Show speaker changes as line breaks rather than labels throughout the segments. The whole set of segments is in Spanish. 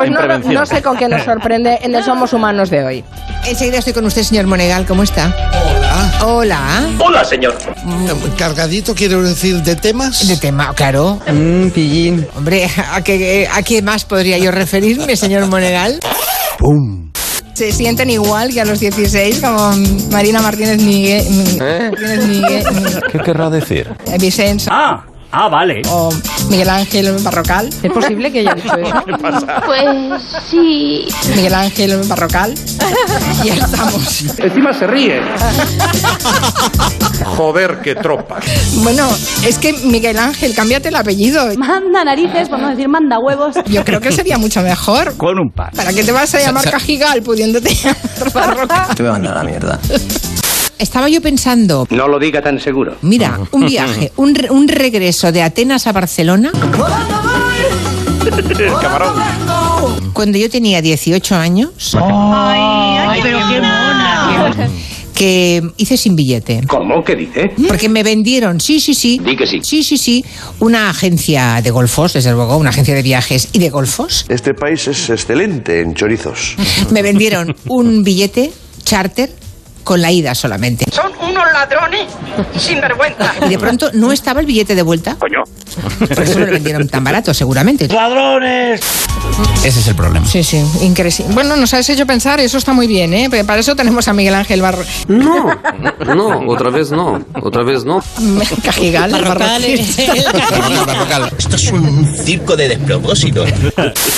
Pues
en
no,
prevención.
no sé con qué nos sorprende el de Somos Humanos de hoy.
Enseguida estoy con usted, señor Monegal. ¿Cómo está?
Hola.
Hola.
Hola, señor.
Mm, Cargadito quiero decir de temas.
De tema, claro.
Mmm, pillín.
Hombre, ¿a qué, ¿a qué más podría yo referirme, señor Monegal?
¡Pum!
Se sienten igual que a los 16, como Marina Martínez Miguel,
¿Eh?
Martínez Miguel,
¿Qué querrá decir?
Vicens
Ah, ah, vale.
o Miguel Ángel Barrocal.
¿Es posible que haya dicho eso?
¿Qué pasa?
Pues sí.
Miguel Ángel Barrocal. Y ya estamos.
Encima se ríe. Joder, qué tropa.
Bueno, es que Miguel Ángel, cámbiate el apellido.
Manda narices, por no decir manda huevos.
Yo creo que sería mucho mejor.
Con un par.
¿Para qué te vas a llamar Cajigal pudiéndote llamar Barrocal?
Te voy a mandar a la mierda.
Estaba yo pensando,
No lo diga tan seguro.
mira, un viaje, un, re- un regreso de Atenas a Barcelona.
Camarón.
Cuando yo tenía 18 años, que hice sin billete.
¿Cómo? ¿Qué dice?
Porque me vendieron, sí, sí, sí.
Di que sí.
Sí, sí, sí. Una agencia de golfos, desde luego, una agencia de viajes y de golfos.
Este país es excelente en chorizos.
Me vendieron un billete charter con la ida solamente.
Son unos ladrones sin vergüenza.
Y de pronto no estaba el billete de vuelta.
Coño.
Por eso me lo vendieron tan barato, seguramente.
Ese es el problema.
Sí, sí, increíble. Bueno, nos has hecho pensar, eso está muy bien, ¿eh? Pero para eso tenemos a Miguel Ángel Barro...
No, no, otra vez no, otra vez no.
Cajigal.
Barrocal,
Ah, Esto es un circo de despropósito.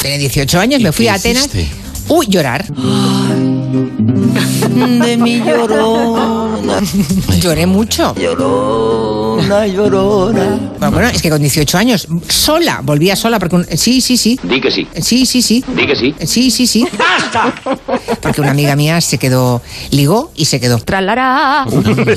Tenía 18 años, me fui
qué
a Atenas.
hiciste?
Uy, llorar.
De mi llorona.
Lloré mucho.
Llorona, llorona.
Bueno, bueno, es que con 18 años, sola, volvía sola, porque un- sí, sí, sí.
Di que sí.
Sí, sí, sí.
Di que sí.
Sí, sí, sí. Porque una amiga mía se quedó, ligó y se quedó.
Tralará.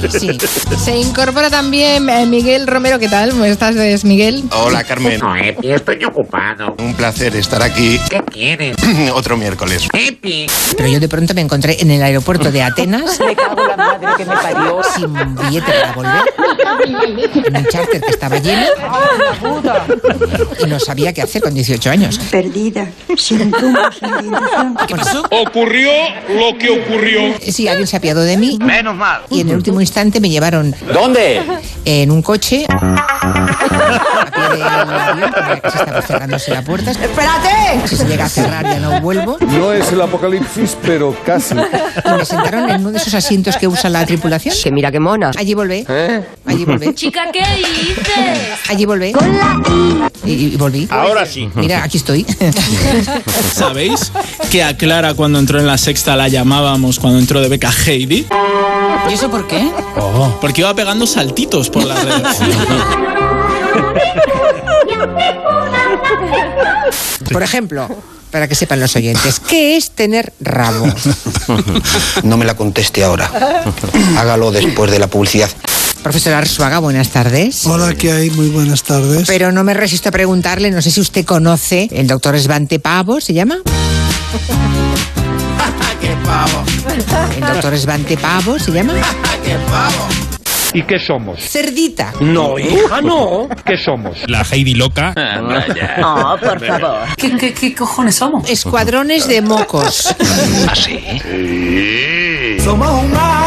Sí. Se incorpora también eh, Miguel Romero, ¿qué tal? ¿Cómo estás, eh, Miguel?
Hola, Carmen.
Epi, estoy ocupado.
Un placer estar aquí
¿Qué quieres? ¿Eh?
otro miércoles.
Epi.
Pero yo de pronto me encontré en el aeropuerto de Atenas. Me cago la madre que me parió. Sin billete para volver. En un charter que estaba lleno. Y no sabía qué hacer con 18 años.
Perdida, sin rumbo, sin dirección.
¿Qué pasó?
Ocurrió lo que ocurrió.
eh, Sí, alguien se apiadó de mí.
Menos mal.
Y en el último instante me llevaron
¿Dónde?
en un coche. A pie del avión, porque se estaba cerrándose la puerta. ¡Espérate! Si se llega a cerrar ya no vuelvo.
No es el apocalipsis, pero casi.
Y me sentaron en uno de esos asientos que usa la tripulación.
Que mira qué mona.
Allí volvé. Allí volvé.
Chica, ¿qué dices?
Allí volvé. Y, y volví.
Ahora sí.
Mira, aquí estoy.
¿Sabéis que a Clara cuando entró en la sexta la llamábamos cuando entró de beca Heidi? Oh.
¿Y eso por qué?
Porque iba pegando saltitos por la red.
Por ejemplo, para que sepan los oyentes, ¿qué es tener rabo?
No me la conteste ahora. Hágalo después de la publicidad.
Profesor Arzuaga, buenas tardes.
Hola, ¿qué hay? Muy buenas tardes.
Pero no me resisto a preguntarle, no sé si usted conoce el doctor Svante Pavo, ¿se llama? El doctor Svante Pavo, ¿se llama?
¿Y qué somos?
Cerdita.
No, hija, no. ¿Qué somos?
La Heidi loca.
No, por favor.
¿Qué, qué, qué cojones somos?
Escuadrones de mocos.
¿Así?
Somos humanos.